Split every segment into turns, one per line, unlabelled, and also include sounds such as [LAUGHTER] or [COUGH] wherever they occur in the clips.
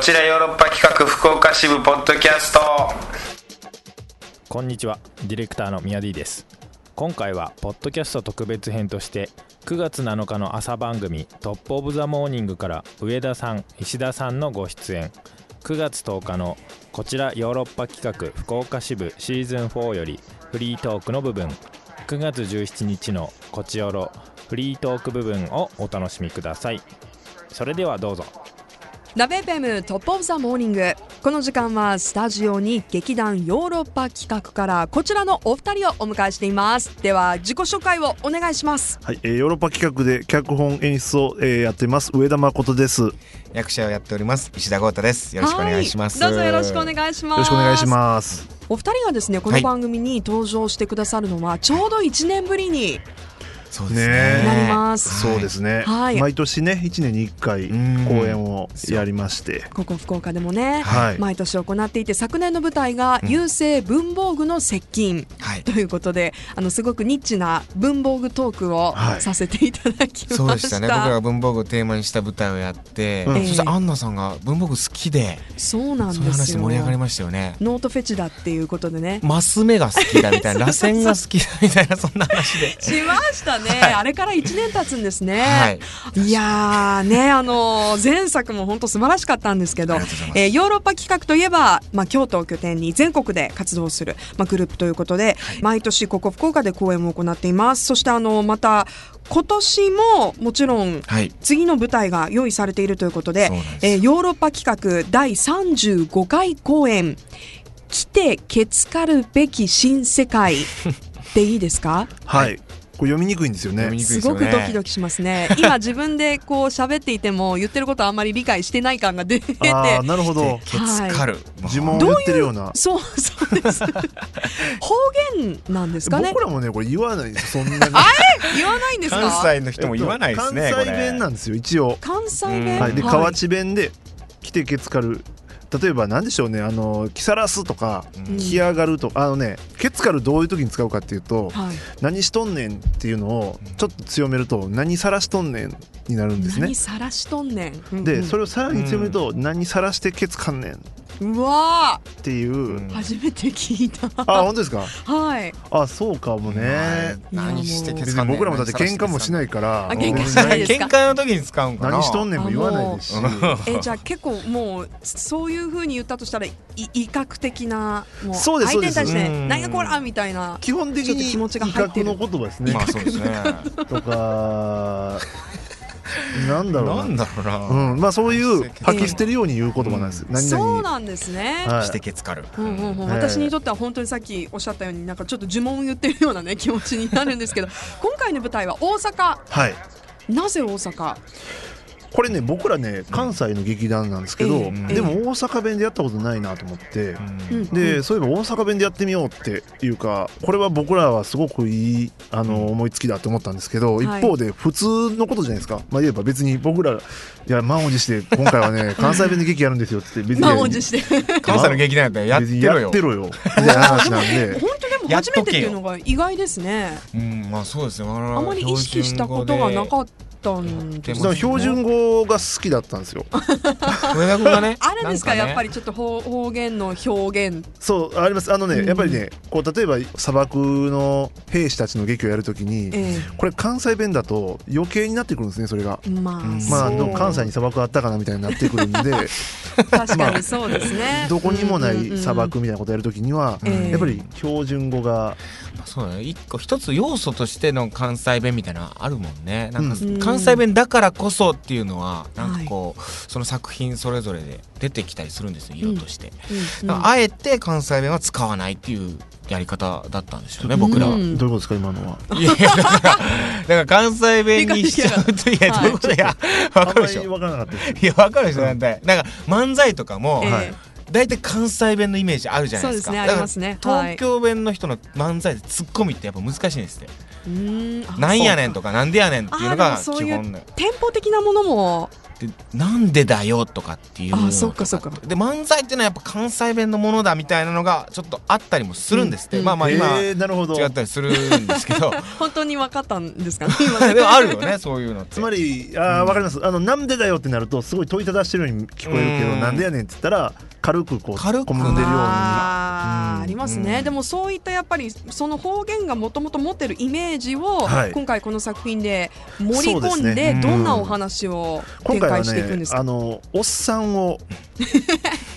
ちらヨーロッパ企画福岡支部ポッドキャスト
こんにちはディレクターの宮 D です今回はポッドキャスト特別編として9月7日の朝番組「トップ・オブ・ザ・モーニング」から上田さん石田さんのご出演9月10日のこちらヨーロッパ企画福岡支部シーズン4よりフリートークの部分9月17日のこちよろフリートーク部分をお楽しみくださいそれではどうぞ
ラベ FM トップオブザモーニングこの時間はスタジオに劇団ヨーロッパ企画からこちらのお二人をお迎えしていますでは自己紹介をお願いします
はい、えーヨーロッパ企画で脚本演出を、えーやってます上田誠です。よ
役者をやっております石田豪太ですよろしくお願いします
はいどうぞよろしくお願いします
ろしくお願いします。
お二人がですねこの番組に登場してくださるのはちょうど1年ぶりに
そうです
ね
ね
なります
そうですね。
はい
毎年ね、一年に一回
うん
公演をやりまして、
ここ福岡でもね、
はい
毎年行っていて昨年の舞台が「郵政文房具の接近」
はい
ということであのすごくニッチな文房具トークを
はい
させていただきました。
そうでしたね僕らが文房具をテーマにした舞台をやって、
うん
そしてアンナさんが文房具好きで
そうなん
そ
で
の
す
話
よ。
で盛り上がりましたよね
ノートフェチだっていうことでね。
マス目が好きだみたいな螺旋が好きだみたいなそんな話
[LAUGHS]
で
しましたね、あれから1年経つんですね。
はい
いやーね、あのー前作も本当素晴らしかったんですけど
ありがとうござい、ます
えーヨーロッパ企画といえば、まあ、京都を拠点に全国で活動する、まあ、グループということで、毎年ここ福岡で公演を行っています。そして、あのーまた、今年ももちろん、
はい
次の舞台が用意されているということで
そうなんです
えーヨーロッパ企画第35回公演「来てけつかるべき新世
[LAUGHS]
界」でいいですか
はい、これ読みにくいんですよね。
読みにくいですすよ
ご
ね
くドキドキします
[LAUGHS]
ね。今自分でこう喋っていても言ってることあんまり理解してない感が出て
ああ、なるほど
で。ケツカル、
呪文を
どういう
言ってるような。
そうそうです
[LAUGHS]
方言なんですかね
僕らもね、これ言わないんですよ。そん
[LAUGHS]
なに。
言わないんですか
の
えっと関西弁なんですよ、一応。
関西弁、
うん
はい、で、
はい
河内弁で、来てけつかる。例えば、なんでしょうね、あの、きさらすとか、
うん
きやがるとか、あのね、けつかるどういう時に使うかっていうと。
はい
何しとんねんっていうのをちょっと強めると何さらしとんねんになるんですね
何。さらしとんねん、うん
でそれをさらに強めると何さらしてケツかんねんっ
うんうわ
ていう。
うん
ー初めて聞いた
あ本当ですか。 [LAUGHS]
はい
あそうかもね。
何してケツ
別
カ
に
ル
僕らもだって喧嘩もしないいから。
あ喧嘩しないですか
[LAUGHS] 喧嘩の時に使うんかな
何しとんねんも言わないですし。
えじゃあ結構もうそういう風に言ったとしたらい威嚇的なもう
そうです
相手に対し
そう
て
ですう
「
ん
なんやこら!」みたいな
基本的
ちょっと
に
気持ちが
威
入ってる
嚇の言葉ですね
まあ。そうですね
とかなんだろ
な
うんな。
だろうな、
うんまあそういう吐き捨てるように言う言葉なんです。何々。
そうなんですね。
はい
してケツカル、
うんうんうん
ええ
私にとっては本当にさっきおっしゃったようになんかちょっと呪文を言ってるような
[LAUGHS]
ね気持ちになるんですけど今回の舞台は大阪
はい。
なぜ大阪
これね僕らね関西の劇団なんですけど、
え
え
でも大阪弁でやったことないなと思って、
う
う
ん
ん
で、そういえば大阪弁でやってみようっていうかこれは僕らはすごくいいあの思いつきだと思ったんですけど、
はい
一方で普通のことじゃないですか、まあ、言えば別に僕らいや満を持して今回は
[LAUGHS]
ね関西弁で劇やるんですよって別に
満を持して
関西の劇団やったらやって
別に
ろ
やっ
よ
て。ろよみたいな話なんで [LAUGHS]
本当でも初めてっていうのが意外ですね
うん、まあそうですね。我々
あ
は
まり意識したことがなかったんで。
標準語です
だから標準語が好きだったんですよ。
上田君がね
[LAUGHS] あるんですか
なんね
やっぱり。ちょっと方方言の表現
そうありますあのね、
うん
やっぱりねこう例えば砂漠の兵士たちの劇をやるときに、
え
これ関西弁だと余計になってくるんですねそれが。
えまあ、
うん
まあ、
そう
ど関西に砂漠あったかなみたいになってくるんで
確かにそうですね。
[LAUGHS] どこにもな
うんうんう
い
ん
砂漠みたいなことやるときには、
ええ
やっぱり標準語が
そうだね。一個一つ要素としての関西弁みたいなのあるもんね。なんか
うん
関西弁だからこそっていうのはなんかこう、その作品それぞれで出てきたりするんですよ。色として。
うんう
だ
ん
からあえて関西弁は使わないっていうやり方だったんですよね。
ん
僕らは。
う
ど
いうや
いうことですか今のは。
だからだから関西弁にしちゃう
[LAUGHS]
といやどういうことや。わかるでしょ。
分からなかったです。
[LAUGHS] いや、わかるでしょ、なんて。なんか、漫才とかも、
ええ
大体関西弁のイメージあるじゃないです
そ
か。
うですね
だから
ありますねはい
東京弁の人の漫才でツッコミってやっぱ難しいんですって。
うーんあ
なんやねんとか、なんでやねんっていうの
あー
が
で
基
もそういう
本の。
そうか。テンポ的なものも
でなんでだよとかっていうのと
あそっかそっか
で漫才っていうのはやっぱ関西弁のものだみたいなのがちょっとあったりもするんですって、
うん
まあまあ今
えー、なるほど
違ったりするんですけど [LAUGHS]
本当に分かったんですか
[LAUGHS]
ね今ね
でもあるよねそういうのって
つまりあーわかりますあのなんでだよってなるとすごい問いただしてるように聞こえるけど
うん
なんでやねんって言ったら軽くこう
軽く
小物出るように
あー
うん
ありますね、
うん
でもそういったやっぱりその方言がもともと持ってるイメージを、
はい
今回この作品で盛り
そう
込んです
でねうん
どんなお話を
今
展
回は
開していくんで
ね
すか
あのおっさんをヨ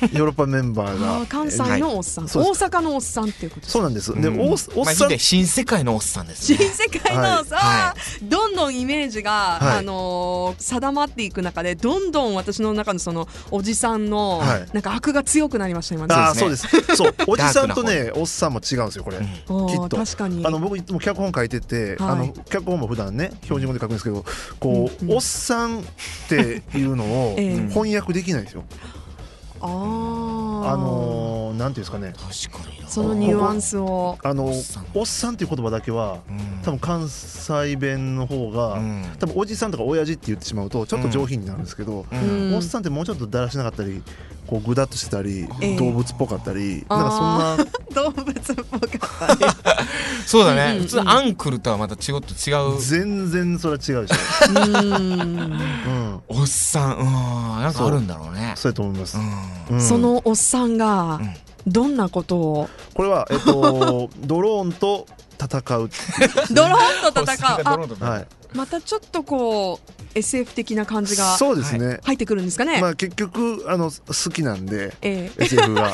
ーロッパメンバ
[LAUGHS]
ー
あ
が
ー関西のおっさん、
はいそうで
大阪のおっさんっていうことです
そうなんですで
うん
おっおっ
まあ
さん
ひで新世界のおっさんです
新
ね
世界のさ、
は
どんどんイメージが、
はい
あのー定まっていく中でどんどん私の中のそのおじさんの、
はい
なんか悪が強くなりました今ね
ああ
そ
そうう
で
ですそうおじさんと
ダー
ねおっさんも違うんですよこれ
うん
おー
きっと
確かに
あの僕いつも脚本書いてて、
はい
あの脚本も普段ね標準語で書くんですけどこう、
うんうん
おっさんっていうのを
ええ
翻訳できないんですよ。
あー
あのーなんていうんですかね
確かにな
そのニュアンスを
あの
おっさん
おっさんっていう言葉だけは
うん
多分関西弁の方が、
うん
多分おじさんとか親父って言ってしまうとちょっと上品になるんですけど、
う
うん
ん
おっさんってもうちょっとだらしなかったりこうぐだっとしてたり、
ええ
動物っぽかったり
あー
なんかそんな
動物っぽかったね
そうだね、
うんうんうん
普通アンクルとはまた違うと違う
全然それは違うでしょ、
うーん
うん、
おっさんうんなんかあるんだろうね
そうやと思います
う。
うん
そのおっさんが
ん、うん
どんなことを
これは、えっと、 [LAUGHS] ドローンと戦う、
ドローンと
[LAUGHS]
おっ
戦
さん
う
がド
あ
ローンと戦う
はい、
またちょっとこう SF 的な感じが
そうですね、
入ってくるんですかね、
まあ、結局あの好きなんで
え
SF が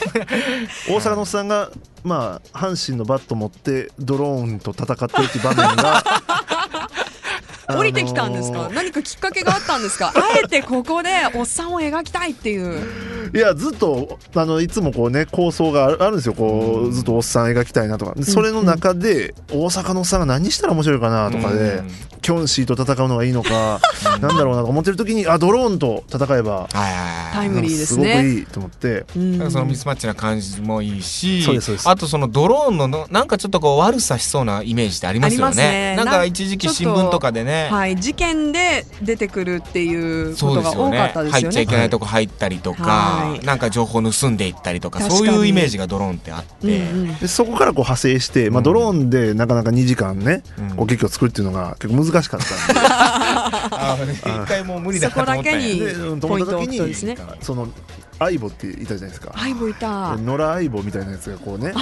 大阪のおっさんが、まあ、阪神のバット持ってドローンと戦ってるっていう場面が
え降りてきたんですか、
あの
何かきっかけがあったんです
[LAUGHS]
かあえてここでおっさんを描きたいっていう
ーいやずっとあのいつもこうね構想があるあるんですよこうずっとおっさん描きたいなとかでそれの中で大阪のおっさんが何したら面白いかなとかで、
うん
キョンシーと戦うのがいいのか
うん
なんだろうなと思ってる時にあドローンと戦えば
はいはい
タ
は
イ
い
ムリーです
なんか
ね
ごくいいと思って
うん
なんかそのミスマッチな感じもいいし
そうですそうです
あとそのドローンののなんかちょっとこう悪さしそうなイメージってあります
あり
よね
ますね
なんか一時期
なんかち
新
ょっと
聞とかでね、
はい、事件で出てくるっていうこ
そう
と
で
が
すよ
多
ね
かったです
入
よ
っちゃい
ね
けないとこ入ったりとか、
はい
なんか情報盗んでいったりとか
確かに
そういうイメージがドローンってあっ
う
て、
んうん
でそこからこう派生して、ま
う
あ、
ん
ドローンでなかなか2時間ね、
うん
こう劇を作るっていうのが結構難しかった
[LAUGHS]
ん
あー一回もう無理だ
そ
な
こ
と思
だ
ったん
け
や
に
ででうんと
ポイ
思
ン
った
トを置
時
くとですね
にその相棒っていたじゃないですか
はい向いた
野良相棒みたいなやつがこうね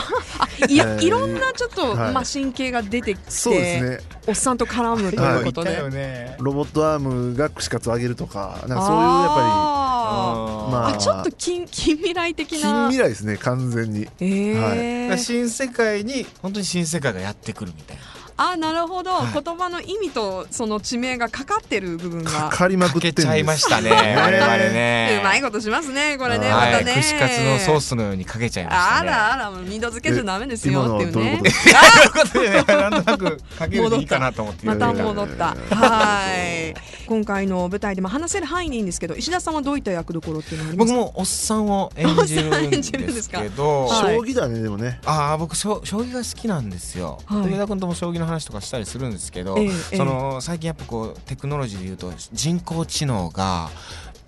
い
え
や
ー
いろんなちょっと、
はい
まあ、神経が出てきて
そうですね
おっさんと絡むということで、
よね
ロボットアームが串カツを上げるとかなんかそういうやっぱ
あー
ま
あ
あ
ちょっと近 [LAUGHS] 近未来的
り近
な
未来ですね完全に
えー
だから新世界に本当に新世界がやってくるみたいな
あなるほど、
はい
言葉の意味とその地名がかかってる部分
か
が
かりまく
か
って
け
んで
ちゃいました
[LAUGHS]
ね我々ね
うまいことしますねこれねま
は
た
い、
ね
串カツのソースのようにかけちゃいました
あ
ね
らあらもう二度漬けじゃダメです
今
よ
の
って
は
いう
どうい
ね
うことですか
ということでね、なんとなくかけるでいいかなと思って
また
いろいろ
戻ったはい今回の舞台でも話せる範囲でいいんですけど石田さんはどういった役どころっていうのはありま
僕
すか
もおっさんを演じるん
お
です
っさん演じるんですか
[LAUGHS]
けど、
はい
将棋だねでもね
ああ僕将将棋が好きなんですよ、
はい
上田君とも将棋の話とかしたりするんですけど、
ええええ
その最近やっぱこうテクノロジーで言うと人工知能が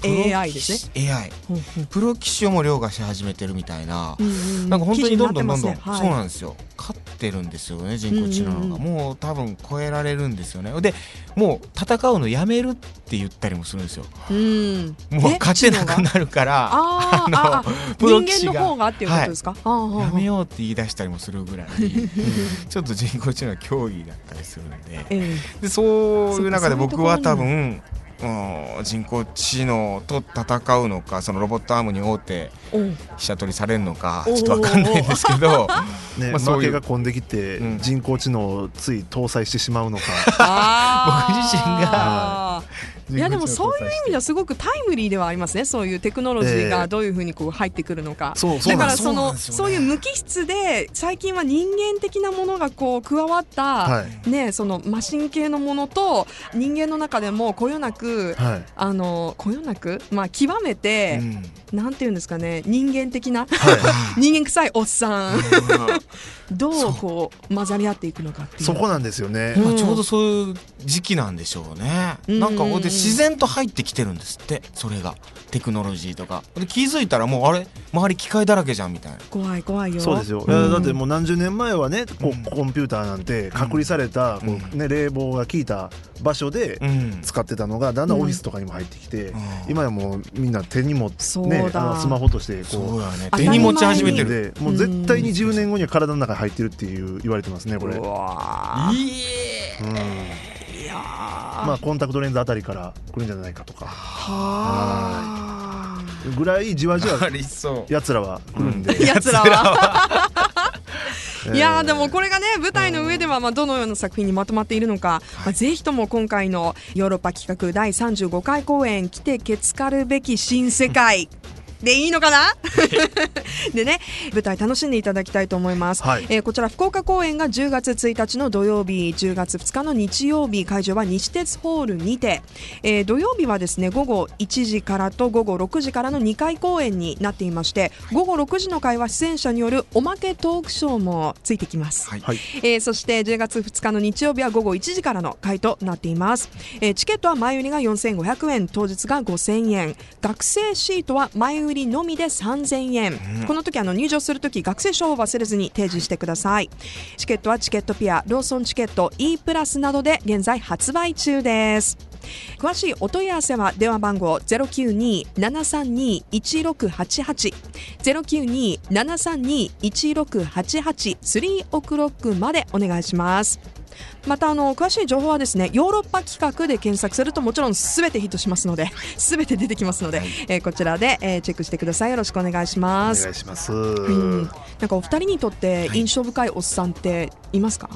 プロ
AI です
ね AI
ほうほう
プロ棋士をも凌駕し始めてるみたいな、
うんうんうん
なんか本当にどんどんどんどん、
記事になってます
そう
ね
なんですよ勝ってるんですよね人工知能が、
うんうんうん
もう多分超えられるんですよねでもう戦うのやめるって言ったりもするんですよ
はいうん
もう
え
勝て
知能
な [LAUGHS] く
が
なるから
あーあーあー
プロ棋士
人
が
間の方がっていうことですか、あーあーあ
や
ー
めようって言い出したりもするぐらい [LAUGHS] ちょっと人工知能は脅威だったりするので
ええ
でそういう中で
そうか
僕は多
そう
分うん人工知能と戦うのかそのロボットアームに大手
お
[LAUGHS]
う
飛車取りされるのかち
お
ょ
ー
っとわかんないんですけ
[LAUGHS]
ど
ね
まあそうい
負け
う
が混んできて
うん
人工知能をつい搭載してしまうのか
あー
僕自身
が
[LAUGHS] いやでもそういう意味ではすごくタイムリーではありますねそういうテクノロジー
え
が
え
どういうふうにこう入ってくるのか、
そうそ
だ
う
か
な
ら
んで
そ
す
そうな
の
んですよね
そういう無機質で最近は人間的なものがこう加わった、
はい
ねそのマシン系のものと人間の中でもこよなく、
はい
あのこよなくまあ極め
う
て、
ん
なんていうんですかね人間的 [LAUGHS] な
は
人間臭いおっさん [LAUGHS] どうこう混ざり合っていくのかっていう
そこなんですよね
うん
まあ、ちょうどそういう時期なんでしょうね、
うん
なんかここで自然と入ってきてるんですってそれがテクノロジーとかで気づいたらもうあれ周り機械だらけじゃんみたいな
怖い怖いよ
そうですよ、いやだってもう何十年前はねこうコンピューターなんて隔離された、こうね、冷房が効いた場所で
うん
使ってたのがだんだんオフィスとかにも入ってきて、今やもうみんな手にも、
そう
ね、
だ
あのスマホとして
そ
こ
うやね
当た
手
り前
に
に
持ち始
う
めてる
でもう絶対に10年後には体の中に入ってるっていう言われてますねこれ、うん
うわ
い
まあ、コンタクトレンズあたりから来るんじゃないかとか
はあ
ぐらいじわじわ
ーありそう
やつらは来るんで、
やつらは [LAUGHS] いやーで
も
もこれがね舞台の上ではまあどのような作品にまとまっているのか、まあ、ぜひとも今回のヨーロッパ企画第35回公演「来てけつかるべき新世界」でいいのかな [LAUGHS] でね舞台楽しんでいただきたいと思います、
はい
えーこちら福岡公演が10月1日の土曜日10月2日の日曜日会場は西鉄ホールにて、えー土曜日はですね午後1時からと午後6時からの2回公演になっていまして午後6時の会は出演者によるおまけトークショーもついてきます、
はい
はい
えーそして10月2日の日曜日は午後1時からの会となっています、えーチケットは前売りが4500円当日が5000円学生シートは前売りのみで3000円、この時あの入場する時学生証を忘れずに提示してくださいチケットはチケットピアローソンチケット e プラスなどで現在発売中です詳しいお問い合わせは電話番号092-732-1688 092-732-1688 3オクロックまでお願いしますまたあの詳しい情報はですねヨーロッパ企画で検索するともちろんすべてヒットしますので [LAUGHS] すべて出てきますので、えーこちらで、えーチェックしてくださいよろしくお願いしま
お
す
願いします、
うん、なんかお二人にとって印象深いおっさんっていますか、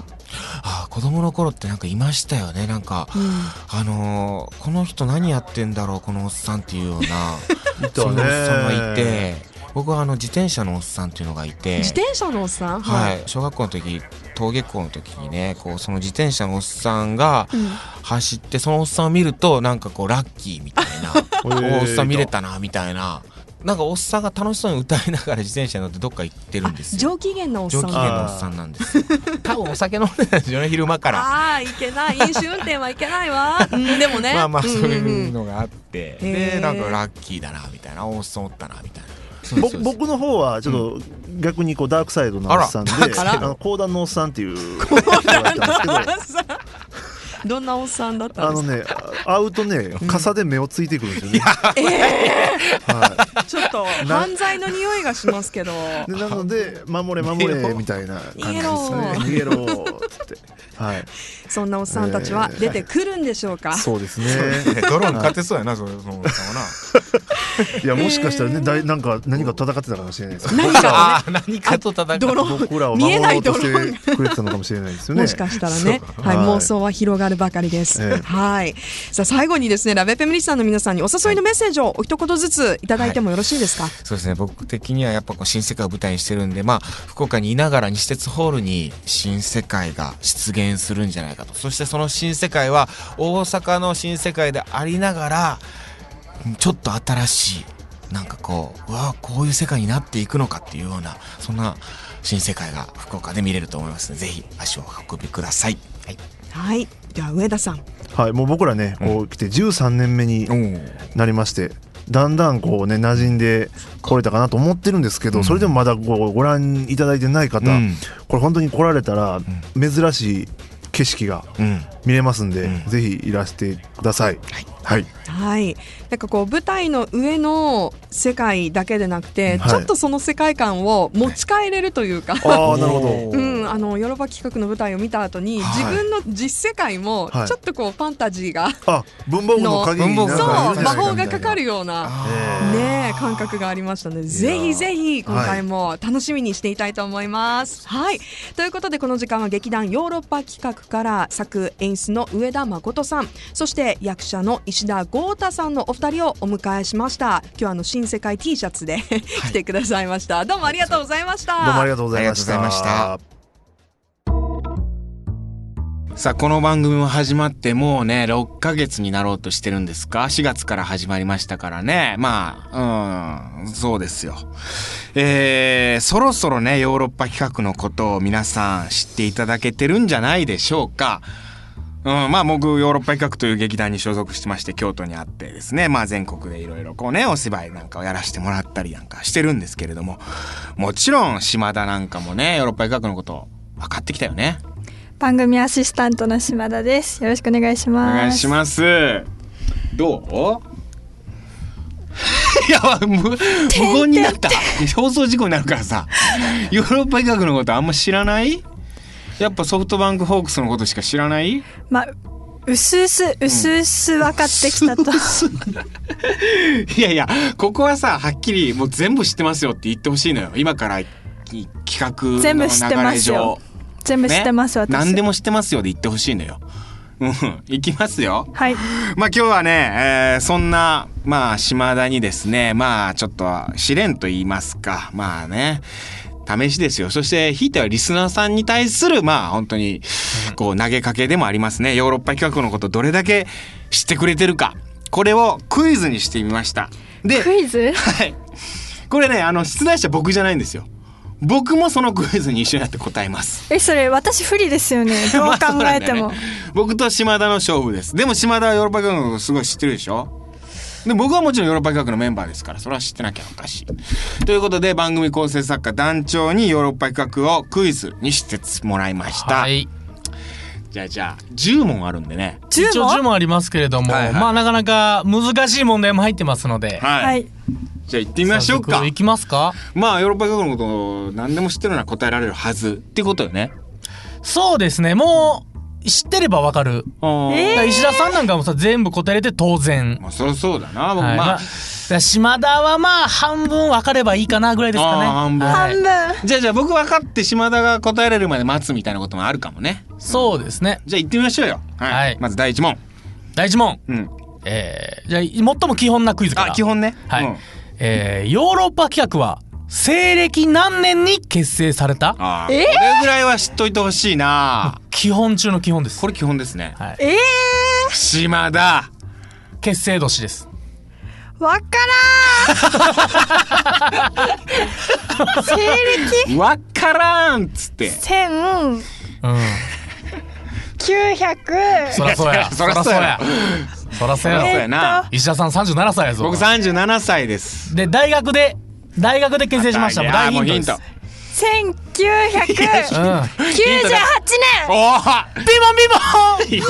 あー子供の頃ってなんかいましたよねなんか、あのーこの人何やってんだろうこのおっさんっていうような [LAUGHS] そ
たね
のおっさんがいて僕はあの自転車のおっさんっていうのがいて
自転車のおっさん
はい、小学校の時登下校の時にねこうその自転車のおっさんが走って、そのおっさんを見るとなんかこうラッキーみたい [LAUGHS] な
ー
おっさん見れたなみたいななんかおっさんが楽しそうに歌いながら自転車に乗ってどっか行ってるんですよ
上機嫌のおっさ
上
ん
機嫌のおっさんなんですよ
[LAUGHS]
多分お酒飲んでたんですよね昼間から
ああいけない飲酒運転はいけないわ、うん、でもね
まあまあそう
うんうん
いううんのがあって、
へー
でなんかラッキーだなみたいなおっさんおったなみたいなそうで
僕
すそうです
僕の方はちょっと逆にこうダークサイドのおっさんで
あらダークサイド
の講談のおっさんっていう人だったんですけど
どんなおっさんだった
あ
んで
の
す
ね会うとね傘で目をついてくるんですよね。は
かちょっと
な
犯罪の匂いがしますけど
い、でなので「守れ守れ」みたいな感じですね「逃げろ」つってはい
そんなおっさんたちは出てくるんでしょうか、
そうですね
ドローン勝てそうやなそれそのおっさんはな
いやもしかしたらねだいなんか何か戦ってたかもしれないです
何かをね
[LAUGHS] あー何かと戦って
ドローン
僕らを
見え
守
な
ろ
いう
と
ドロ
し
ーンが
てくれてたのかもしれないですよね。
もしかしたらね、はい、
はい
妄想は広がるばかりです。
ええ
はい。さあ最後にですね、ラベペムリスさんの皆さんにお誘いのメッセージをお一言ずついただいてもよろしいですか。
そうですね僕的にはやっぱこう新世界を舞台にしてるんでまあ福岡にいながら西鉄ホールに新世界が出現するんじゃないかとそしてその新世界は大阪の新世界でありながらちょっと新しいなんかこううわあこういう世界になっていくのかっていうようなそんな新世界が福岡で見れると思いますのでぜひ足をお運びください。はい、
はい。では上田さん。
はい、もう僕らねこう来て13年目になりましてだんだんこうね馴染んで来れたかなと思ってるんですけど、それでもまだごご覧いただいてない方、
うん
これ本当に来られたら珍しい景色が
うん
見れますんで、ぜひいらしてください。はい、
はい。なんかこう舞台の上の世界だけでなくて、
はい
ちょっとその世界観を持ち帰れるというか。
ああなるほ
う
ど
ん、あのヨーロッパ企画の舞台を見た後に、
はい
自分の実世界も
はい
ちょっとこうファンタジーが、
ど。あ文房具の鍵に
の
なん
そう
か
魔
入れて
文房具
ないか
法
みたい
が
な
かかるような
えー
ねえ感覚がありましたのでぜひぜひ今回も楽しみにしていたいと思います。はい、ということでこの時間は劇団ヨーロッパ企画から作演出の上田誠さんそして役者の石田豪太さんのお二人をお迎えしました今日はあの新世界 T シャツで [LAUGHS] 来てくださいました、どうもありがとうございました。
どうもありがとうございまし
ありがとうございましたた。さあこの番組も始まってもうね6ヶ月になろうとしてるんですか4月から始まりましたからねまあうんそうですよえー、そろそろねヨーロッパ企画のことを皆さん知っていただけてるんじゃないでしょうかうん、まあ僕ヨーロッパ企画という劇団に所属してまして京都にあってですね、まあ、全国でいろいろこうねお芝居なんかをやらせてもらったりなんかしてるんですけれどももちろん島田なんかもねヨーロッパ企画のこと分かってきたよね。
番組アシスタントの島田です。よろしくお願いし
お
ます。
願いします。どう [LAUGHS] いや無無言になった放送事故になるからさヨーロッパ企画のことあんま知らないやっぱソフトバンクホークスのことしか知らない
まあ、うすうす、うすうす分かっ
[LAUGHS]
てきたと。
いやいや、ここはさ、はっきりもう全部知ってますよって言ってほしいのよ。今からい企画の
全部知って
流
ま
れ
す
上
よ。全部知ってます、
ね
私。
何でも知ってますよで言ってほしいのよ。うん、行きますよ。
はい。
[LAUGHS] まあ今日はね、えーそんな、まあ島田にですね、まあちょっと試練と言いますか、まあね、試しですよ。そして、ひいてはリスナーさんに対する、まあ本当に、こう投げかけでもありますね。ヨーロッパ企画のことどれだけ知ってくれてるか。これをクイズにしてみました。で、
クイズ
はい。これね、あの、出題者僕じゃないんですよ。僕もそのクイズに一緒になって答えます。
え、それ私不利ですよね。ど
[LAUGHS]
う
ま
考
あそうな
え
んだ
て
よね
も。
僕と島田の勝負です。でも島田はヨーロッパ企画のことすごい知ってるでしょで僕はもちろんヨーロッパ企画のメンバーですから、それは知ってなきゃおかしい。ということで、番組構成作家団長にヨーロッパ企画をクイズにしてもらいました。
はい。
じゃあじゃあ、10問あるんでね。
10
一応
問
10問ありますけれども、
はいはい
まあなかなか難しい問題も入ってますので。
はい。
はい。
じゃあ行ってみましょう
早
か
速。いきますか
まあ、ヨーロッパ企画のことを何でも知ってるなら答えられるはずってことよね。
そうですね、もう、知ってればわかる。
え
だから石田さんなんかもさ、全部答えれて当然。
まあ、そりゃそうだな。僕、
はい
まあ
だ、から島田はまあ、半分分かればいいかなぐらいですか
あ
ね。
ー半分
は
半
い
分。
じゃあじゃあ僕分かって島田が答えられるまで待つみたいなこともあるかもね。
そうですね。
じゃあ行ってみましょうよ。はい。
はい
まず第一問。
第一問。
うん。
えー、じゃあ、最も基本なクイズから。
あ、基本ね。
はい、
うん
えー、ヨーロッパ企画は、西暦何年に結成された
あーこれぐらいは知っといてほしいな。
基本中の基本です。
これ基本ですね。
はい。
ええ
島田。
結成年です。
ー、わからん [LAUGHS] 西暦
わからんっつって。
千
うん。
九百
そらそうや。
[LAUGHS] そらそうや。
そらそう
そう
や。
やな。
石田さん37歳やぞ。
僕三十七歳です。
で、大学で、大学で結成しました。もう
あ
大
ー
ヒ
もう
ント
ヒ
で
ン
す
ト。。
千九
[LAUGHS]
百九
うん。
十八
お
年
お。ビモンビモン。今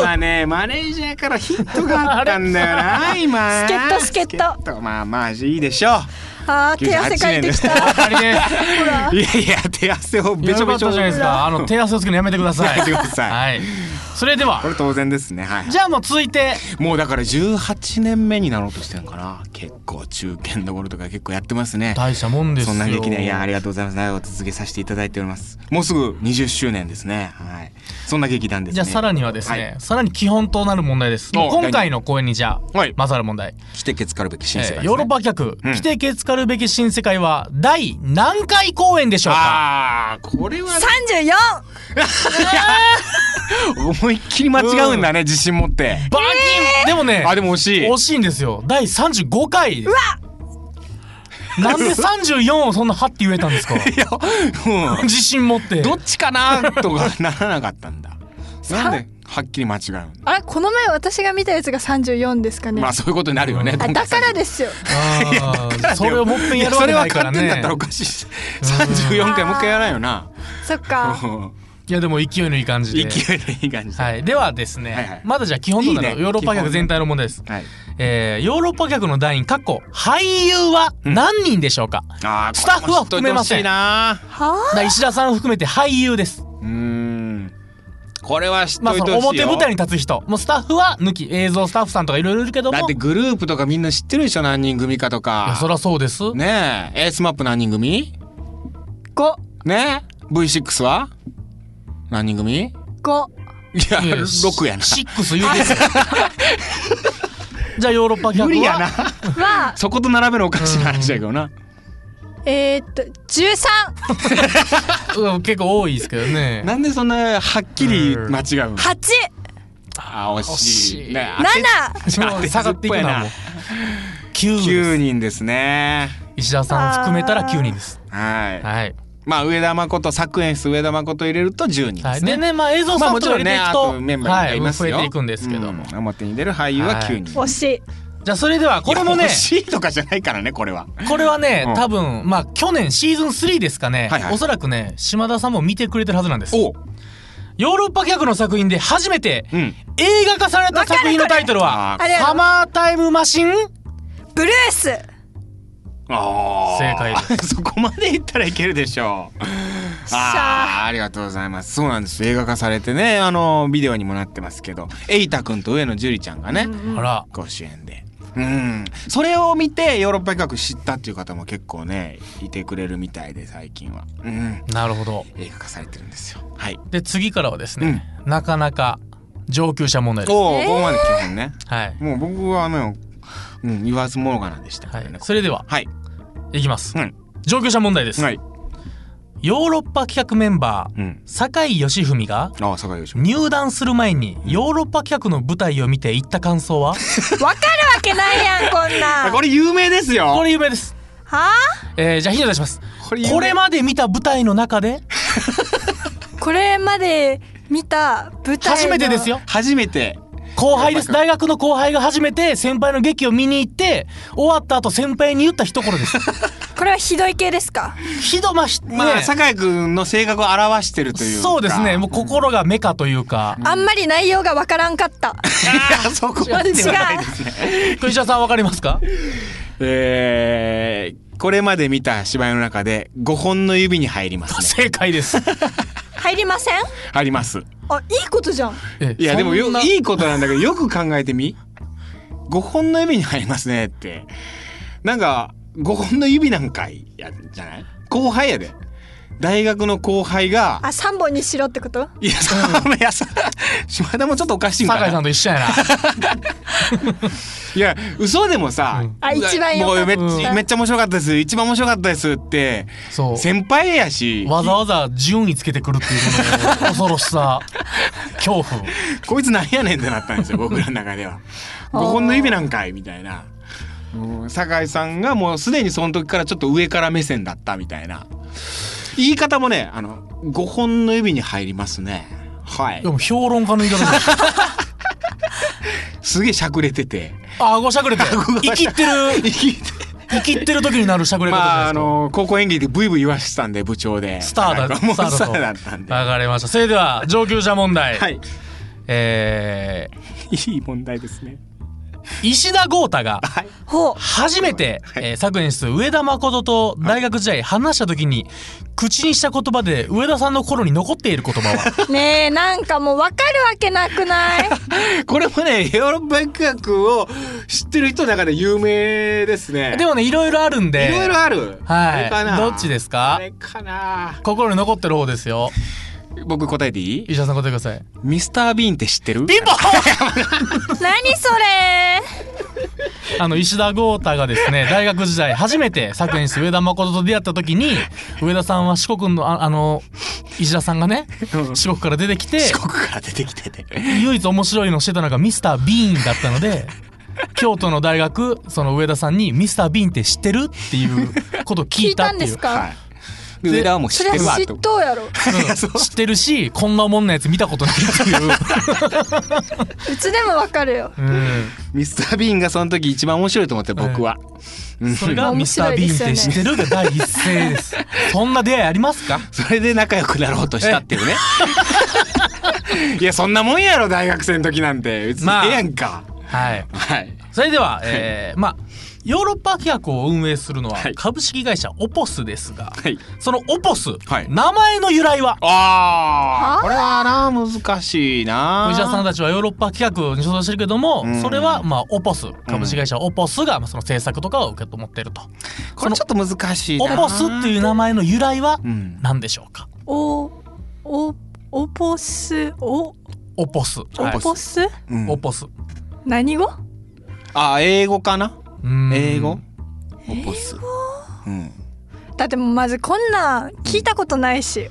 今ねマネージャーからヒントがあったんだよな今。
助っ人助っ人
助っ人。まあまあいいでしょう。
あー手汗かいてきた
98
あれ [LAUGHS] です。
ほら
いやいや手汗をべちょべちょ
よかったじゃないですか。あの、手汗をつける [LAUGHS] のやめてください。
やめてください
はい。それでは
こ、れ当然ですねはい
じゃあもう続いて、
もうだから18年目になろうとしてるのかな結構中堅どころとか結構やってますね
大したもんですよ。
そんな劇団いやありがとうございます長く続けさせていただいておりますもうすぐ20周年ですねはいそんな劇団です
じゃ
ね
あさらにはですね、
はい
さらに基本となる問題です。
お
もう今回の公演にじゃあ、
はい
まずある問題。
来てけつかるべき新世界
え
ですね
ーヨーロッパ客、
うん
来てけつかるべき新世界は第何回公演でしょうか
ああこれは
三十四
思いっきり間違うんだね自信持って
バーキンでもね、
あでも惜しい
惜しいんですよ。第35回です。うわなんで34をそんなはって言えたんです
[LAUGHS]
か
いやうん
自信持って。
どっちかなとか [LAUGHS] ならなかったんだなんではっきり間違うんだ
あれこの前私が見たやつが三十四ですかね、
まあそういうことになるよね。
あだからですよ
あーそれをもっぺん
い
や
や
るわ
そ
け
れ
な
はい
から
勝手
ね。
にだったらおかしいし。三十四回もう一回やらんよ
[LAUGHS]
な。
そっ
[LAUGHS]
か
いやでも勢いのいい感じ
勢い
で。
のいい感じで。
はい、ではですね、
はいはい
まだじゃあ基本となる
いいね
ヨーロッパ客全体の問題です。
はい。
えー、ヨーロッパ客の団員、かっこ、俳優は何人でしょうか、
ああ
スタッフは含めません
いな。
は
だから石田さん含めて俳優です。
うーん。これは知っ
まあ、
とい
そ
てほ
の
しい
表
よ。
舞台に立つ人。もうスタッフは抜き、映像スタッフさんとかいろいろいるけども。
だって
い
グループとかみんな知ってるでしょ何人組かと
や、そ
か。
らそうです。
ねえ、エースマップ何人組？
五
ねえ、V6 は何人組？い
五
や
いや
六やな。
シックス言うですよ。 [LAUGHS] じゃあヨーロッパ客は。
無理やな。
は
そこと並べるのおかしい話だけどな。
えー、っと十三
うん結構多いですけどね。
[LAUGHS] なんでそんなはっきり間違うの？
八
あ惜し
惜し
い。
い
ねえ
七
もう下がっていくなもう。9です。
9人ですね
石田さん含めたら9人です。
はい
はい。
まあ、上田誠、作演出上田誠入れると10人で
はい、
すね。
でね、まあ映像
まあ、
サ
も
ポー
ち
ト
ろ
入
ん
れ
ね、
てい
あ
く
と
と、
メンバーいっぱ
はいい、
います
増え
よ。
ていくんですけども。
うん表に出る俳優は9人。
惜しい。
じゃあそれでは、これ
い
も
や
ね
欲、しいとかじゃないからね、これは。
これはね
うん、
多分、まあ去年シーズン3ですかね
はいはい、
おそらくね、島田さんも見てくれてるはずなんです。
おう
ヨーロッパ客の作品で初めて
うん。
映画化された作品のタイトルは
わか
るこれあれ
「サマータイムマシン」
ブルース
あ
正解
ー [LAUGHS] そこまでいったらいけるでしょう。ああ、ありがとうございます。そうなんです。映画化されてね、あの、ビデオにもなってますけど、エイタ君と上野樹里ちゃんがね、
あら
ご主演で。うん、それを見てヨーロッパ企画知ったっていう方も結構ねいてくれるみたいで最近は、うん、
なるほど
映画化されてるんですよはい
で次からはですね、なかなか上級者問題です
おお、ここまで基本ね
はい、
もう僕はあの、うん、言わずもがなでしたか
は
らね
い、それでは
はい
いきます、
うん
上級者問題です、
はい
ヨーロッパ企画メンバー、
うん
酒井義文が
ああ坂井よし
入団する前にヨーロッパ企画の舞台を見て言った感想は
わかるわけないや
[LAUGHS]
ん、こんな
あ
ん。
これ有名ですよ
これ有名です、
は
えー、じゃあヒント出します
これ有名
これまで見た舞台の中で
ぁこれまで見た舞台の
初めてですよ
初めて
後輩です大学の後輩が初めて先輩の劇を見に行って終わった後先輩に言った一言
[LAUGHS]
です
これはひどい系ですか
ひどまし、ね
まあ、酒井君の性格を表してるというか
そうですねもう心がメカというか
あんまり内容がわからんかった
いやそ [LAUGHS] こまでではないですね
石田さんわかりま
[LAUGHS]
すか
えー、これまで見た芝居の中で5本の指に入りますね
正解です
入りません
あります
あ、いいことじゃん
いやでもよ
そんない
いことなんだけどよく考えてみ5本の指に入りますねってなんか5本の指なんかいやじゃない後輩やで大学の後輩が
あ、3本にしろってこと
いやそのいやそ島田もちょっとおかしいんか
酒井さん
な
と一緒やな
いや嘘でもさ
うん
「
あ一番良か
も
った
うめっち
うん
めっちゃ面白かったです一番面白かったです」って [LAUGHS]
そう
先輩やし
わざわざ順位つけてくるっていうこの恐ろしさ恐怖
こいつなんやねんってなったん
[LAUGHS]
ですよ僕らの中では。5本の指なんかいみたいな。もう酒井さんがもうすでにその時からちょっと上から目線だったみたいな言い方もねあの5本の指に入りますねはい
でも評論家の言い方です
[LAUGHS] すげえしゃくれてて
あごしゃくれて生きってる
聞いて
生きってる時になるしゃくれ方じ
まあ
ゃない
あ
ですか
の高校演劇でブイブイ言わしてたんで部長で
スター
な
だ
んかもう
スターだと
スターだったんで
わ
は
かりましたそれでは上級者問題、
い
え
いい問題ですね
ー、石田豪太が
ほう
初めて、えー、作演出上田誠と大学時代話した時に、口にした言葉で上田さんの頃に残っている言葉
[LAUGHS]
は
ねえなんかもうわかるわけなくない
これもねヨーロッパ企画を知ってる人の中で有名ですね
でもねいろいろあるんで
いろいろある。
はい
あれかな
どっちですか
あれかな。
心に残ってる方ですよ
僕答えていい？
石田さん答えてください
ミスタービーンって知ってる？
ピンポン
何それ
あの石田豪太がです
[LAUGHS]
ね大学時代初めて作演出上田誠と出会った時に上田さんは四国のああの石田さんがね四国から出てきて
四国から出てきてて。
唯一面白いのしてたのがミスター・ビーンだった
[LAUGHS]
ので京都の大学その上田さんに「ミスター・ビーンって知ってる?」っていうことを聞
聞い
いた
た
っ
んで
てい
す
う。
か、
で上田はもう知
そ
っ
れ
てる
は
わ
嫉
と。
妬
[LAUGHS]
やろ
うん知ってるしこんなおもんなやつ見たことないっていう、
うちでもわかるよ
う
ミスタービーンがその時一番面白いと思って僕は。
ん、それ
まあ
が「ミ
面
スタ
白
ー・
い
ビ
で
ーンっ
すよね
て知ってる?」が第一声ですそんな出会いありますか
それで仲良くなろうとしたっていうね。いやそんなもんやろ大学生の時なんて別に
まあ
ええやんか。
はい
はい。
それでは、えーまあヨーロッパ企画を運営するのは
はい
株式会社オポスですが、
はい
そのオポス、
はい
名前の由来は
あ
は
あ。これはな難しいな。
藤田さんたちはヨーロッパ企画に所属してるけども、
ん
それはまあオポス株式会社オポスがまあその制作とかを受け止まってると、
これちょっと難しいな。
オポスっていう名前の由来は
ん
何でしょうか、
おおオポスお
オポス
オ
はい
ポス
うん
オポス
何語
あ英語かな。
うん
英語オポス。うん。
だってもうまずこんなん聞いたことないし
い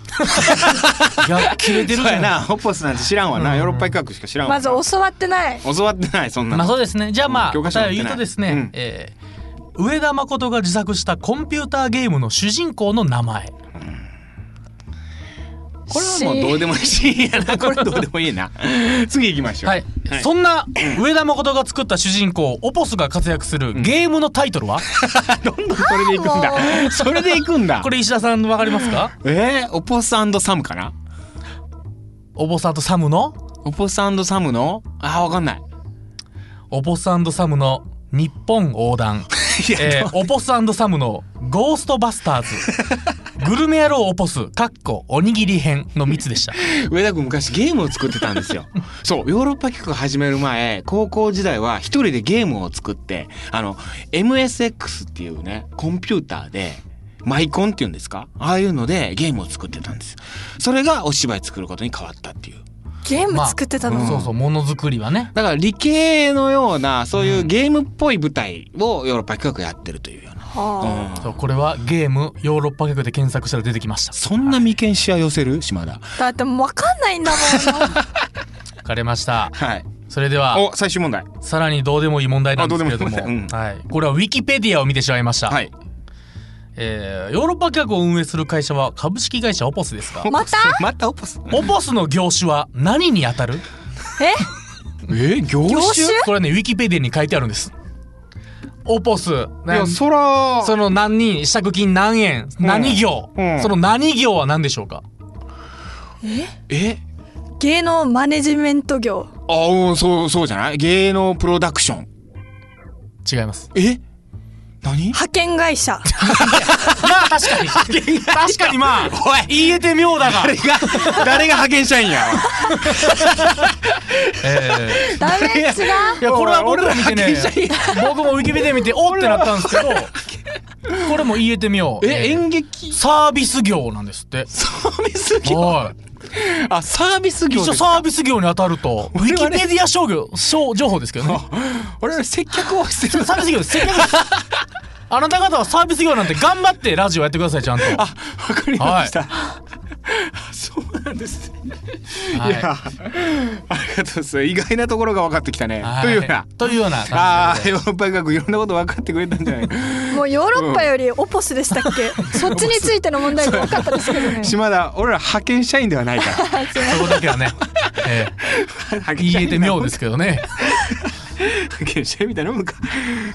や切れてる
そう
じ
や
ゃない
[LAUGHS] な、オポスなんて知らんわな、ヨーロッパ企画しか知らんわ
まず
な。
教わってない
教わってない、そんな
まあ
の。
そうですねじゃあまあ
教科書
答えを
に載ってない
言うとですね、
うん
えー上田誠が自作したコンピューターゲームの主人公の名前、
これはもうどうでもいいし、や [LAUGHS] な、これどうでもいいな。次行きましょう。
はい、
はい
そんな上田誠が作った主人公オポスが活躍するゲームのタイトルは、
どんどんそれで行くん [LAUGHS] だ。 [LAUGHS] それで行くんだ。
これ石田さんわかりますか
えー、オポスサムかな
おぼさんとサムの
オポスサムのあー、わかんない。
おぼさんとサムの日本横断
[LAUGHS] いや
えー、オポスサムのゴーストバスターズグルメ野郎オポスかっこおにぎり編の3つでした
上田君昔ゲームを作ってたんです [LAUGHS] よそうヨーロッパ企画始める前高校時代は一人でゲームを作ってあの MSX っていうねコンピューターでマイコンっていうんですかああいうのでゲームを作ってたんですそれがお芝居作ることに変わったっていう
ゲーム作ってたの、
そうそうものづくりはね
だから理系のようなそういうゲームっぽい舞台をヨーロッパ企画やってるというような、
は
うん
そうこれはゲームヨーロッパ客で検索したら出てきました
そんな眉間しわ寄せる島田
あだってもう分かんないんだ
[LAUGHS]
もんな
書かれました
はい
それでは
お最終問題
さらにどうでもいい問題なんですけれども
あどうでもいい問
はい、これはウィキペディアを見てしまいました、
はい
えーヨーロッパ企画を運営する会社は株式会社オポ
[LAUGHS]
スですが
また
またオポス
オポスの業種は何に当たる
え
え業
業種
これねウィキペディアに書いてあるんですオポス
いやそら
その何人支度金何円何行、
うん
その何行は何でしょうか
え
芸能マネジメント業
あうんそう、そうじゃない芸能プロダクション。
違います
え [LAUGHS] 何
派遣会社
まあ確かに確かにまあ言えて妙だが、
誰が、誰が派遣社員や。
え
ダメ違う
ーいやこれは僕も見てね
俺ら派遣
僕もウィキペディア見ておってなったんですけどこれも言えてみよう
え、演劇
サービス業なんですって
サービス業
はい
あ、サービス業
一
で
応
すか
サービス業に当たるとウィキペディア商業商情報ですけどね
俺ら接客をしてる。
サービス業で
[LAUGHS]
す接客ですあなた方はサービス業なんて頑張ってラジオやってください
[LAUGHS]
ちゃんと
あ、わかりました。 [LAUGHS] そうなんですね。
はい
いや、ありがとうございます。意外なところが分かってきたね。
はい
というような。
というような
あ
感
あ、
じで
ヨーロッパ学いろんなこと分かってくれたんじゃ
[LAUGHS]
ない
もうヨーロッパよりオポスでしたっけそっちについての問題が多かったですけどね
島田、俺ら派遣社員ではないから。
そこだけはね、え
派
え
遣社
言
員
えて妙ですけどね
派遣社員みたいなもんか。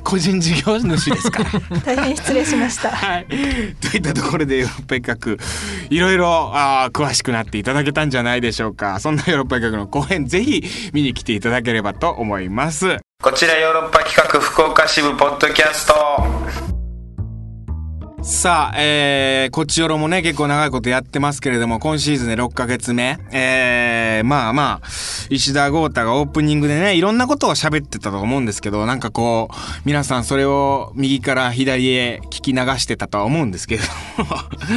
個人事業主です
[LAUGHS]
から。
大変失礼しました
はい、といったところでヨーロッパ企画いろいろあー詳しくなっていただけたんじゃないでしょうかそんなヨーロッパ企画の公演ぜひ見に来ていただければと思います
こちらヨーロッパ企画福岡支部ポッドキャスト
さあ、えー、こっちよろもね、結構長いことやってますけれども、今シーズンで6ヶ月目。えー、まあまあ、石田豪太がオープニングでね、いろんなことを喋ってたと思うんですけど、なんかこう、皆さんそれを右から左へ聞き流してたとは思うんですけれども、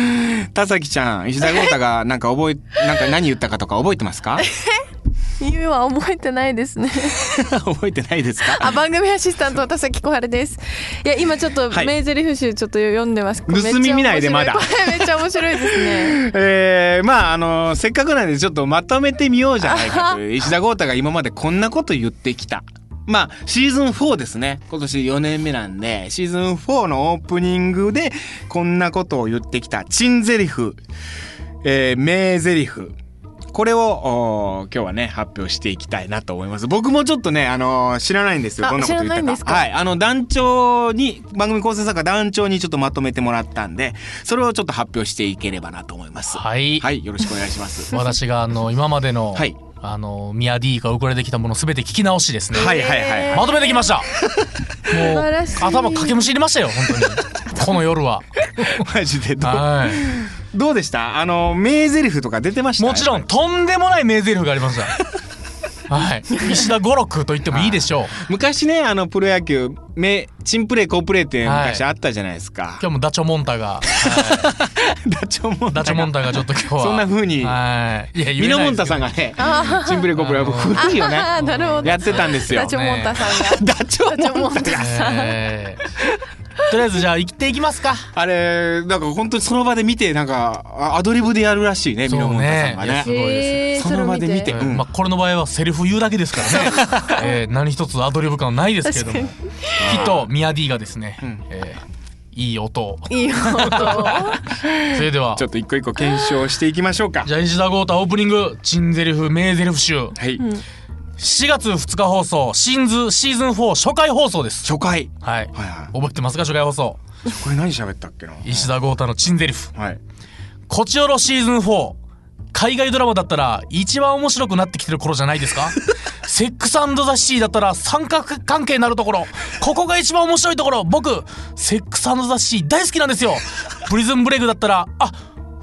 [LAUGHS] 田崎ちゃん、石田豪太がなんか覚え、なんか何言ったかとか覚えてますか
夢は覚えてないです
[LAUGHS]
ね
[LAUGHS] 覚えてないですか
あ番組アシスタントの田崎小春ですいや今ちょっと
はい
名台詞集ちょっと読んでます、
盗み見ないでまだ
めっちゃ面白いこれめっちゃ面白いです
[LAUGHS]
ね
えー、まああのせっかくなんでちょっとまとめてみようじゃないか
[LAUGHS]
という [LAUGHS] 石田豪太が今までこんなこと言ってきた。まあシーズン4ですね今年4年目なんでシーズン4のオープニングでこんなことを言ってきた珍ゼリフ、えー、名ゼリフこれをおー今日はね発表していきたいなと思います僕もちょっとねあのー知らないんですよ
あ
どんなこと言っ
知らないん
て
で
た
す
か
か
はいあの団長に番組構成作家団長にちょっとまとめてもらったんでそれをちょっと発表していければなと思います
はい、
はい、よろしくお願いし
[LAUGHS]
ます。
私があの今までの、
はい
あのミヤ D が送られてきたものすべて聞き直しですね、
はいはいはい。
まとめてき
[LAUGHS]
ましたもう
晴らしい
頭かけむしりましたよ本当
[LAUGHS]
にこの夜は
マジでどう
はい
どうでしたあの、名台詞とか出てました
もちろ
や
ん
っぱ
とんでもない名台詞がありましたはい石田五六と言ってもいいでしょう
り昔ね、あの、プロ野球、名、チンプレー、コープレーって昔
は
あったじゃないですか。
今日もダチョモン
[LAUGHS]
タが、
ダチョウモンタが。
ダチョモンタがちょっと今日は
そんな風に
はいいや
ミ
言え
ノ
な
モ
い
ン
です
タ
けど
さんがね、チンプレー、コープレー、
あの
古いよ
ああ
ね。
なるほど
やってたんですよ
ダ。チョモンタさん
ダチョウ
がダチョ
モ
モ
ン
ン
タ。 [LAUGHS]
タさん
えーとりあえずじゃあ行っていきますか
あれ、なんか本当にその場で見て、なんか、あアドリブでやるらしいね、ミノモンタさんが
そうね
ね
いや。ごいで
えー
その場で見て
それ
うん
まあ、これの場合はセリフ言うだけです
[LAUGHS]
からね、えー何一つアドリブ感はないですけれどもきっとミヤ D がですね、えーいい音
いい音。
[LAUGHS] それでは
ちょっと一個一個検証していきましょうか
じゃあ石田豪太オープニング珍ゼリフ名ゼリフ集7
はい、
月2日放送新図シーズン4初回放送です
初回
はい
はいは
覚えてますか初回放送
いこれ何喋ったっけな
石田豪太の珍ゼリフ
はい
こちおろシーズン4海外ドラマだったら一番面白くなってきてる頃じゃないです [LAUGHS] かセックスザ・シティだったら三角関係になるところここが一番面白いところ僕セックスザ・シティ大好きなんですよプリズンブレイクだったらあ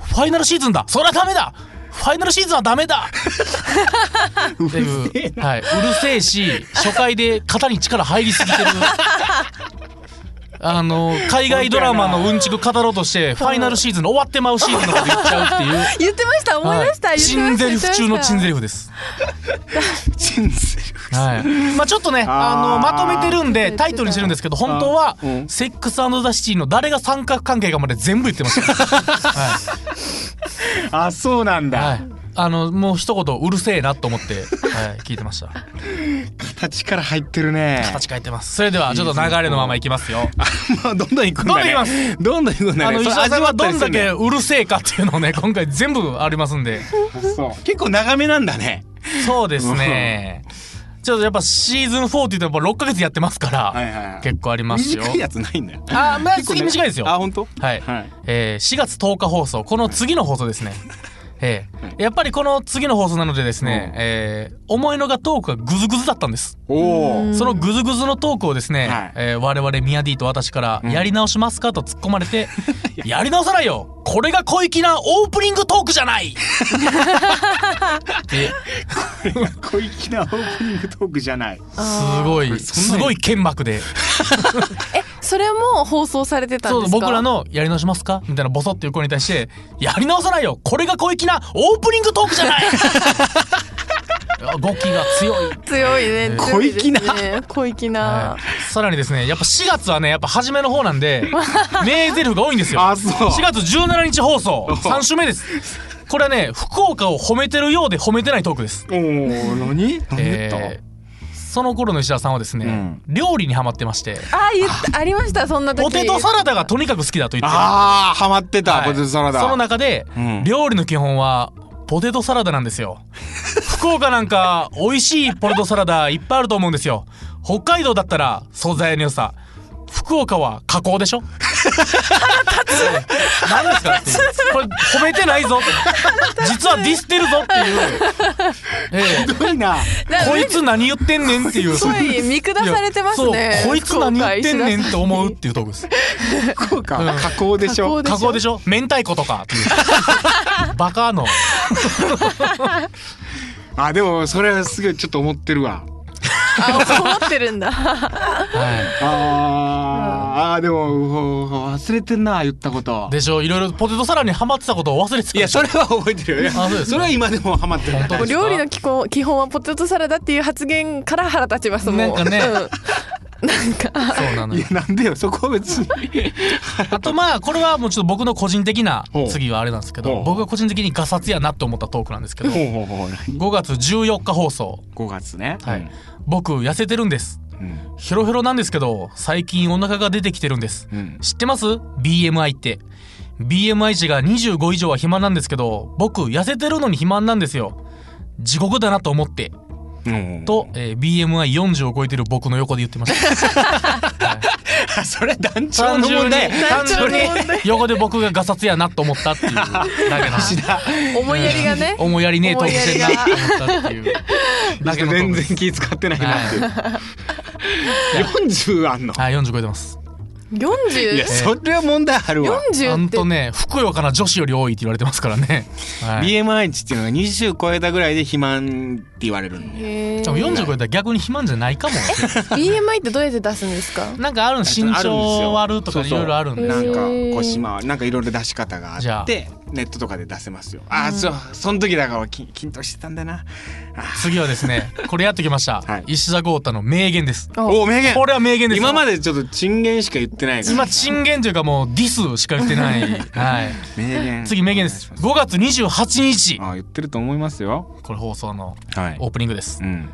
ファイナルシーズンだそりゃダメだファイナルシーズンはダメだ [LAUGHS] うるせえ、はい、うるせえし初回で肩に力入りすぎてるあの海外ドラマのうんちく語ろうとしてファイナルシーズンの終わってまうシーズンのこと言っちゃうっていう
言ってました思い出した、
はい、
言ってま
珍
した
ゼリフ中の珍ゼ
リ
リフです。
人生
はい。まあちょっとね、あの
あー
まとめてるんでタイトルにしてるんですけど、本当は
うん
セックスザシティの誰が三角関係かまで全部言ってました。は
[LAUGHS] あそうなん [LAUGHS]
い。
だ、
はい。あのもう一言うるせえなと思って、はい、聞いてました。
形から入ってるね
形変えてます。それではちょっと流れのままいきますよ。
あまあ [LAUGHS] どんどん行くんだね
どんどん行
どんどん行くんだ
あ
ね
の石
それ
田さんはどんだけ
味わっ
うるせえかっていうのをね、今回全部ありますんで。
たりするねそう結構長めなんだね
そうですね。ちょっとやっぱシーズン4って言っても6ヶ月やってますから、
はいはいはい
結構ありますよ。
短いやつないんだよ
あー、まあ、次短いですよ。
あ本当
はい、
はい
えー4月10日放送この次の放送で
[LAUGHS]
すねええやっぱりこの次の放送なのでですね、
うん
えー思いのがトークがグズグズだったんです
おお
そのグズグズのトークをですね、
はい
えー我々ミヤディと私から「やり直しますか?」と突っ込ま
[LAUGHS]
れて「やり直さないよこれが小粋なオープニングトークじゃない
[LAUGHS]
って」
小粋なオープニングトークじゃない
すごいすごい剣幕で
それも放送されてたん
そ
です
う
か
僕らの「やり直しますか?」みたいなボソっていう声に対して「やり直さないよこれが小粋なオープニングトークじゃない! [LAUGHS] あ」語気が強い、
強いね
小粋な
強いですね小粋な、
さらにですねやっぱ4月はねやっぱ初めの方なんで名ゼルフが多いんですよ
あそう
4月17日
[LAUGHS]
放送3週目ですこれはね福岡を褒めてるようで褒めてないトークです
おー何何言った、
えーその頃の石田さんはですね、料理にハマってまして
あ言ったありましたそんな時
ポテトサラダがとにかく好きだと言ってる
ああハマってた、
はい
ポテトサラダ
その中で、
うん
料理の基本はポテトサラダなんで
[LAUGHS]
すよ福岡なんか美味しいポテトサラダいっぱいあると思うんですよ北海道だったら素材の良さ福岡は加工でしょ何ですかっていうこれ褒めてないぞ実はディスってるぞっていう、ええ
すごいな
こいつ何言ってんねんっていう
すごい見下されてますね
そうこいつ何言ってんねんって思うっ
福
ていうとこです
福岡は加工でしょ、
加工で
加工でしょ明太子と
[LAUGHS]
かっていうバカの
あでもそれはすごいちょっと思ってるわ
岡石田さんあ思ってるん
[LAUGHS]
だ
は
あーあーでもうほ忘れてんな言ったこと
い、でしょいろいろポテトサラダにハマってたことを忘れてた
いやそれは覚えてるよ
あそうですか
それは今でもハマってる
本当
料理の基本基本はポテトサラダっていう発言から腹立ちますもん
なんかね
うんなんか
そうなの
い
よ
やなんでよそこは別に
あとまあこれはもうちょっと僕の個人的な
ほう
次はあれなんですけ
ほ
ど
う
僕が個人的にガサツやなと思ったトークなんですけど
ほうほう
5月14日放送
5月ね
はい僕痩せてるんです
うん
ヘロヘロなんですけど最近お腹が出てきてるんです
うん
知ってます ?BMI って。BMI 値が25以上は肥満なんですけど、僕、痩せてるのに肥満なんですよ。地獄だなと思って。
うん
と、えー BMI40 を超えてる僕の横で言って
[LAUGHS]
ました。
あそれ団長の問題
単純に横で僕がガサツやなと思ったっていうだけの
思いやりがね
思いやりねえトークしてんなと思ったっていうだけのトー
全然
クです。
気使ってないなっていう40あんの
はい、40超えてます。
い
40?
やそれは問題あるわ
ほ
40
ん
って
とね、ふくよかな女子より多いって言われてますからね。はい。
BMI 値っていうのが20超えたぐらいで肥満って言われるんで
へー
しかも40超えたら逆に肥満じゃないかも。
BMI ってどうやって出すんですか
なんかある
あるん
の身
です
長
よ
割るとかいろいろあるんで
な
す
ん
よ。
か
へー
腰回りなんかいろいろ出し方が
じ
あ
ゃ
っ
あ
てネットとかで出せますよあそうその時だからき筋トレしてたんだな
次はですね、これやってきました。
はい
石田豪太の名言です。
おお名言
これは名言です。
今ま
で。
でちょっと陳言しか言ってないから
[LAUGHS] 今、チンゲンというかもうディスしか言っ
[LAUGHS]
てない。はい。
名言
次、名言です。5月28日。
あ言ってると思いますよ
これ放送の
はい
オープニングです
う。ん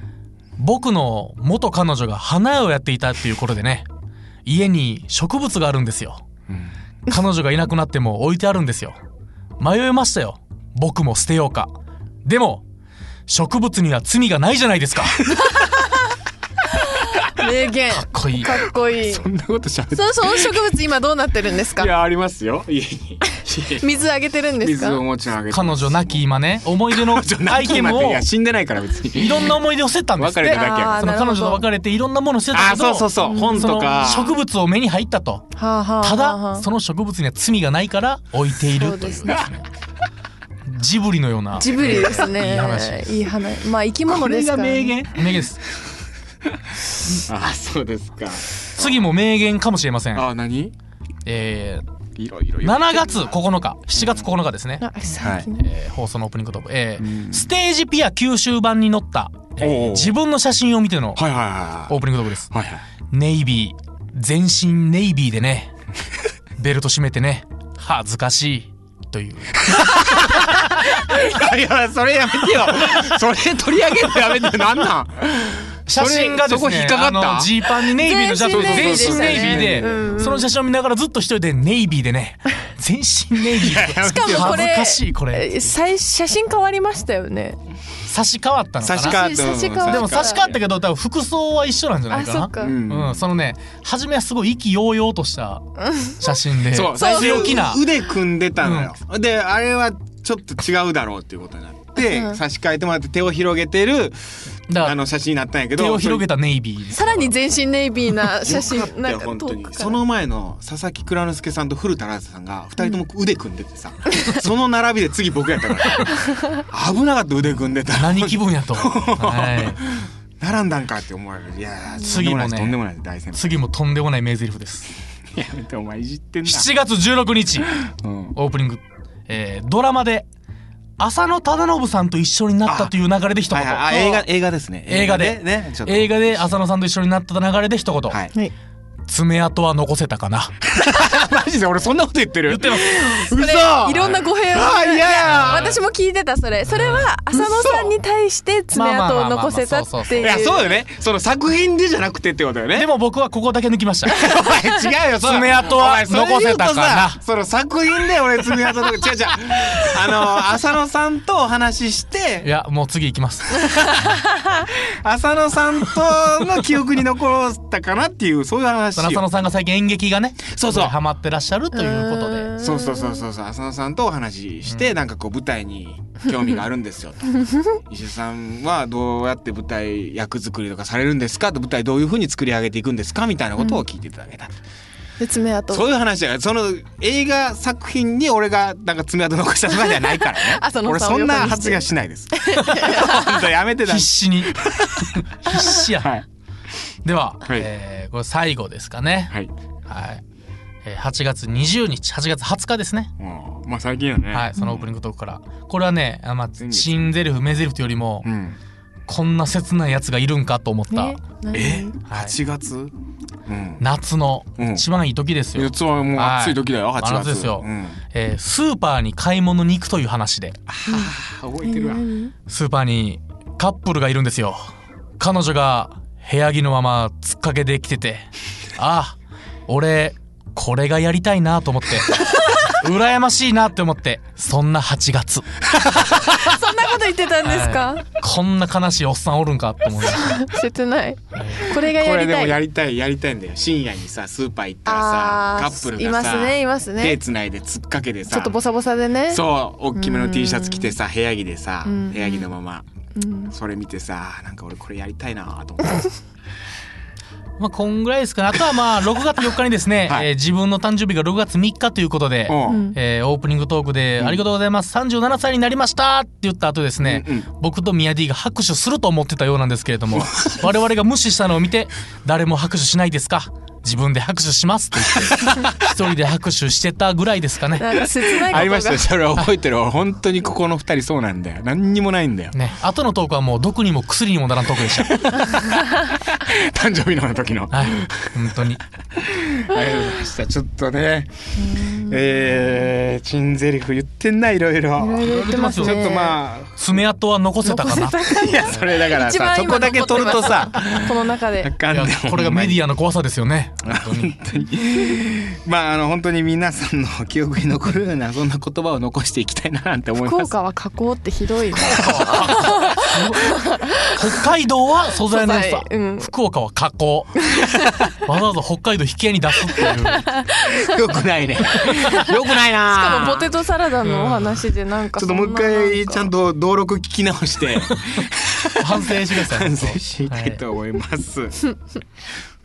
僕の元彼女が花屋をやっていたっていうことでね、家に植物があるんですよ。彼女がいなくなっても置いてあるんですよ迷いましたよ僕も捨てようかでも植物には罪がないじゃな
[LAUGHS]
いですかか
名言か
っこいい
っこいい
そんなこと喋って
そのその植物今どうなってるんです
い
か
やありますよ家に
水あげてるんです
水を
か
もちろんあげて
彼女なき今ね思い出のアイテム
い
を
や死んでないから別
い
に
ろんな思い出を捨てたんです
別
っ
れ
て
ただけやから
あー
その
なるほ
彼女
ど
と別れていろんなものを捨てた
あ
けど
そうそうそう本とか
その植物を目に入ったと
はあはあはあ
ただ
そ
その植物には罪がないから置いている
う
と
で
いう
すね
ジブリのような
ジブリですね
いい話
いい話まあ生き物
こ
で
れ
すか
が
らね
名言
名言です
あそうですか
次も名言かもしれません
あ何
えー
いろいろ
7月9日7月9日ですね
あ最近
えー放送のオープニングトークえーステージピア九州版に載ったえ
おうお
ー
う
自分の写真を見ての
はいはいはい
オープニングトークです
はいはいはい
ネイビー全身ネイビー
[LAUGHS]
でねベルト締めてね恥ずかしいという
いやそれやめてよそれ取り上げるのやめてよなんなん [LAUGHS]
写真がです
そこ
ね
引っかかった
あのジーパンにネイビーのジャケット全
全
身
身
ネ
ネ
イ
イ
ビ
ビ
ー
ー
で
でしたねうんうん
その写真を見ながらずっと一人でネイビーでね全身ネイビーで
やめてよ
しかもこれ
恥ずかしいこれ
え最写真変わりましたよね
差し替わったのか
差し替
な
わった
差し替わった
でも差し替わったけど多分服装は一緒なんじゃない
あ
か
そ
な
っか、
うん
うん、そのね初めはすごい意気揚々とした写真で
そう最
強
初
気な
腕組んでたのよ、であれはちょっと違うだろうっていうことになって、
うん
差し替えてもらって手を広げてる
だか
あ
ら
の写真になったんやけど
手を広げたネイビーです
さらに全身ネイビーな写
それよかった
真なん
よ
か
本当
遠
に
くから
その前の佐々木蔵之介さんと古田新太さんが二人とも腕組んでてさ、 [LAUGHS] その並びで次僕やったから危なかった腕組んでたら
何気分やと、はい、
並んだんかって思われるいやー
次もね
とんでもないですとんでもないです大先輩
次もとんでもない名台詞です
やめ [LAUGHS] てお前いじってんな
7月16日
うん
オープニング、えードラマで浅野忠信さんと一緒になったという流れで一
は
言
いはいあ映画映画ですね
映画で
ねちょっと
映画で浅野さんと一緒になった流れで一言、
はい
爪痕は残せたかな
マジで俺そんなこと言ってる
言ってます
嘘
いろんな語弊を
あー嫌や
私も聞いてたそれそれは浅野さんに対して爪痕を残せたっていう
いやそうよねその作品でじゃなくてってことよね
でも僕はここだけ抜きました
お前違うよそれ
[LAUGHS] 爪痕は
お前それ言うと
残せたかな
さその作品で俺爪痕
[LAUGHS]
とか違う違うあの浅野さんとお話しし
い
て
やもう次行きます
浅野さんとの記憶に残ったかなっていうそういう話
浅野
よ
さんが最近演劇がね
そうそう
ハマってらっしゃるということで
そうそうそうそうそう浅野さんとお話しして、なんかこう舞台に興味があるんです
[LAUGHS]
よと石田さんはどうやって舞台役作りとかされるんですかと舞台どういうふうに作り上げていくんですかみたいなことを聞いていただけた、
で爪痕
そういう話だからその映画作品に俺がなんか爪痕残したとかじゃない
[LAUGHS]
からね
浅野
俺
さん
そ
を
ん
横にして
な発言はしないです本当やめてだ
必死
[LAUGHS]
に必死や、
はい
では、
はい
えーこれ最後ですかね
はい
はい、えー8月20日8月20日ですね
うんまあ最近よね
はい、そのオープニングトークから。これはね、あまあ、
前日
新ゼリフ、名ゼリフというよりも
う、ん
こんな切ないやつがいるんかと思った
ね、何
え
はい
8月うん
夏の
うん
一番いい時ですよ
い。つはもう暑い時だよ
は
8
い
月
真夏ですよ
うん
えースーパーに買い物に行くという話で、
あ覚えてるわ
スーパーにカップルがいるんですよ。彼女が部屋着のまま突っかけで来てて、ああ、俺、これがやりたいなと
[LAUGHS]
思って、羨ましいなって思って、そんな8月。
そんなこと言ってたんですか
こんな悲しいおっさんおるんかと思いま
[LAUGHS]
した。
[LAUGHS] 切ないこれが
こ
や
れ
り
でも
た
や
い
りたいやりたいんだよ深夜にさスーパー行ったら
あ
さカップ
ー
ル
い
が
ます
さ
ねいます
手
ね
つないで突っかけてさ
ちょっとボサボサでね
そう大きめの T シャツ着てさ部屋着でさ
うん
部屋着のまま
うん
それ見てさなんか俺これやりたいなと思って
まあ、こんぐらいですかね。あとはまあ、6月4日にですね、
はい
えー自分の誕生日が6月3日ということで、
う
うんん
えーオープニングトークで、ありがとうございます、37歳になりましたって言った後ですね、
うんうん
僕と宮 D が拍手すると思ってたようなんですけれども、我々が無視したのを見て、誰も拍手しないですか自分で拍手しますって言って、一人で拍手してたぐらいですかね。
なんか切ないことが
ありましたよそれは覚えてる俺本当にここの二人そうなんだよ何にもないんだよ
ね、後のトークはもう毒にも薬にもならんトークでした。
誕生日の時の。
はい本当に
ありがとうございました。ちょっとね、えー、チンゼリフ言ってんな、いろいろ。
いろいろ言ってますね。
ちょっとまあ、
爪痕は残せたかな
はいや、それだから
一
さ、
番
そ
今
こだけ取るとさ、
この中
あ
で。
かん
いや
ね
これがメデ
ィ
ィアの怖さですよね本当に
ア。まあ、あの、本当に皆さんの記憶に残るような、そんな言葉を残していきたいななんて思い
福
ます。
岡は加工って
[LAUGHS]
ひどいな。
北海道は素材の良さ
素、材うん
福岡は加工わざわざ北海道引き合いに出すっていう
よくないね。 [LAUGHS] よくないな。
しかもポテトサラダのお話でなんか
ちょ
そ
っ
んな
ともう一回ちゃん
と
と登録聞き直して
反省してください
反省していきたいと思います。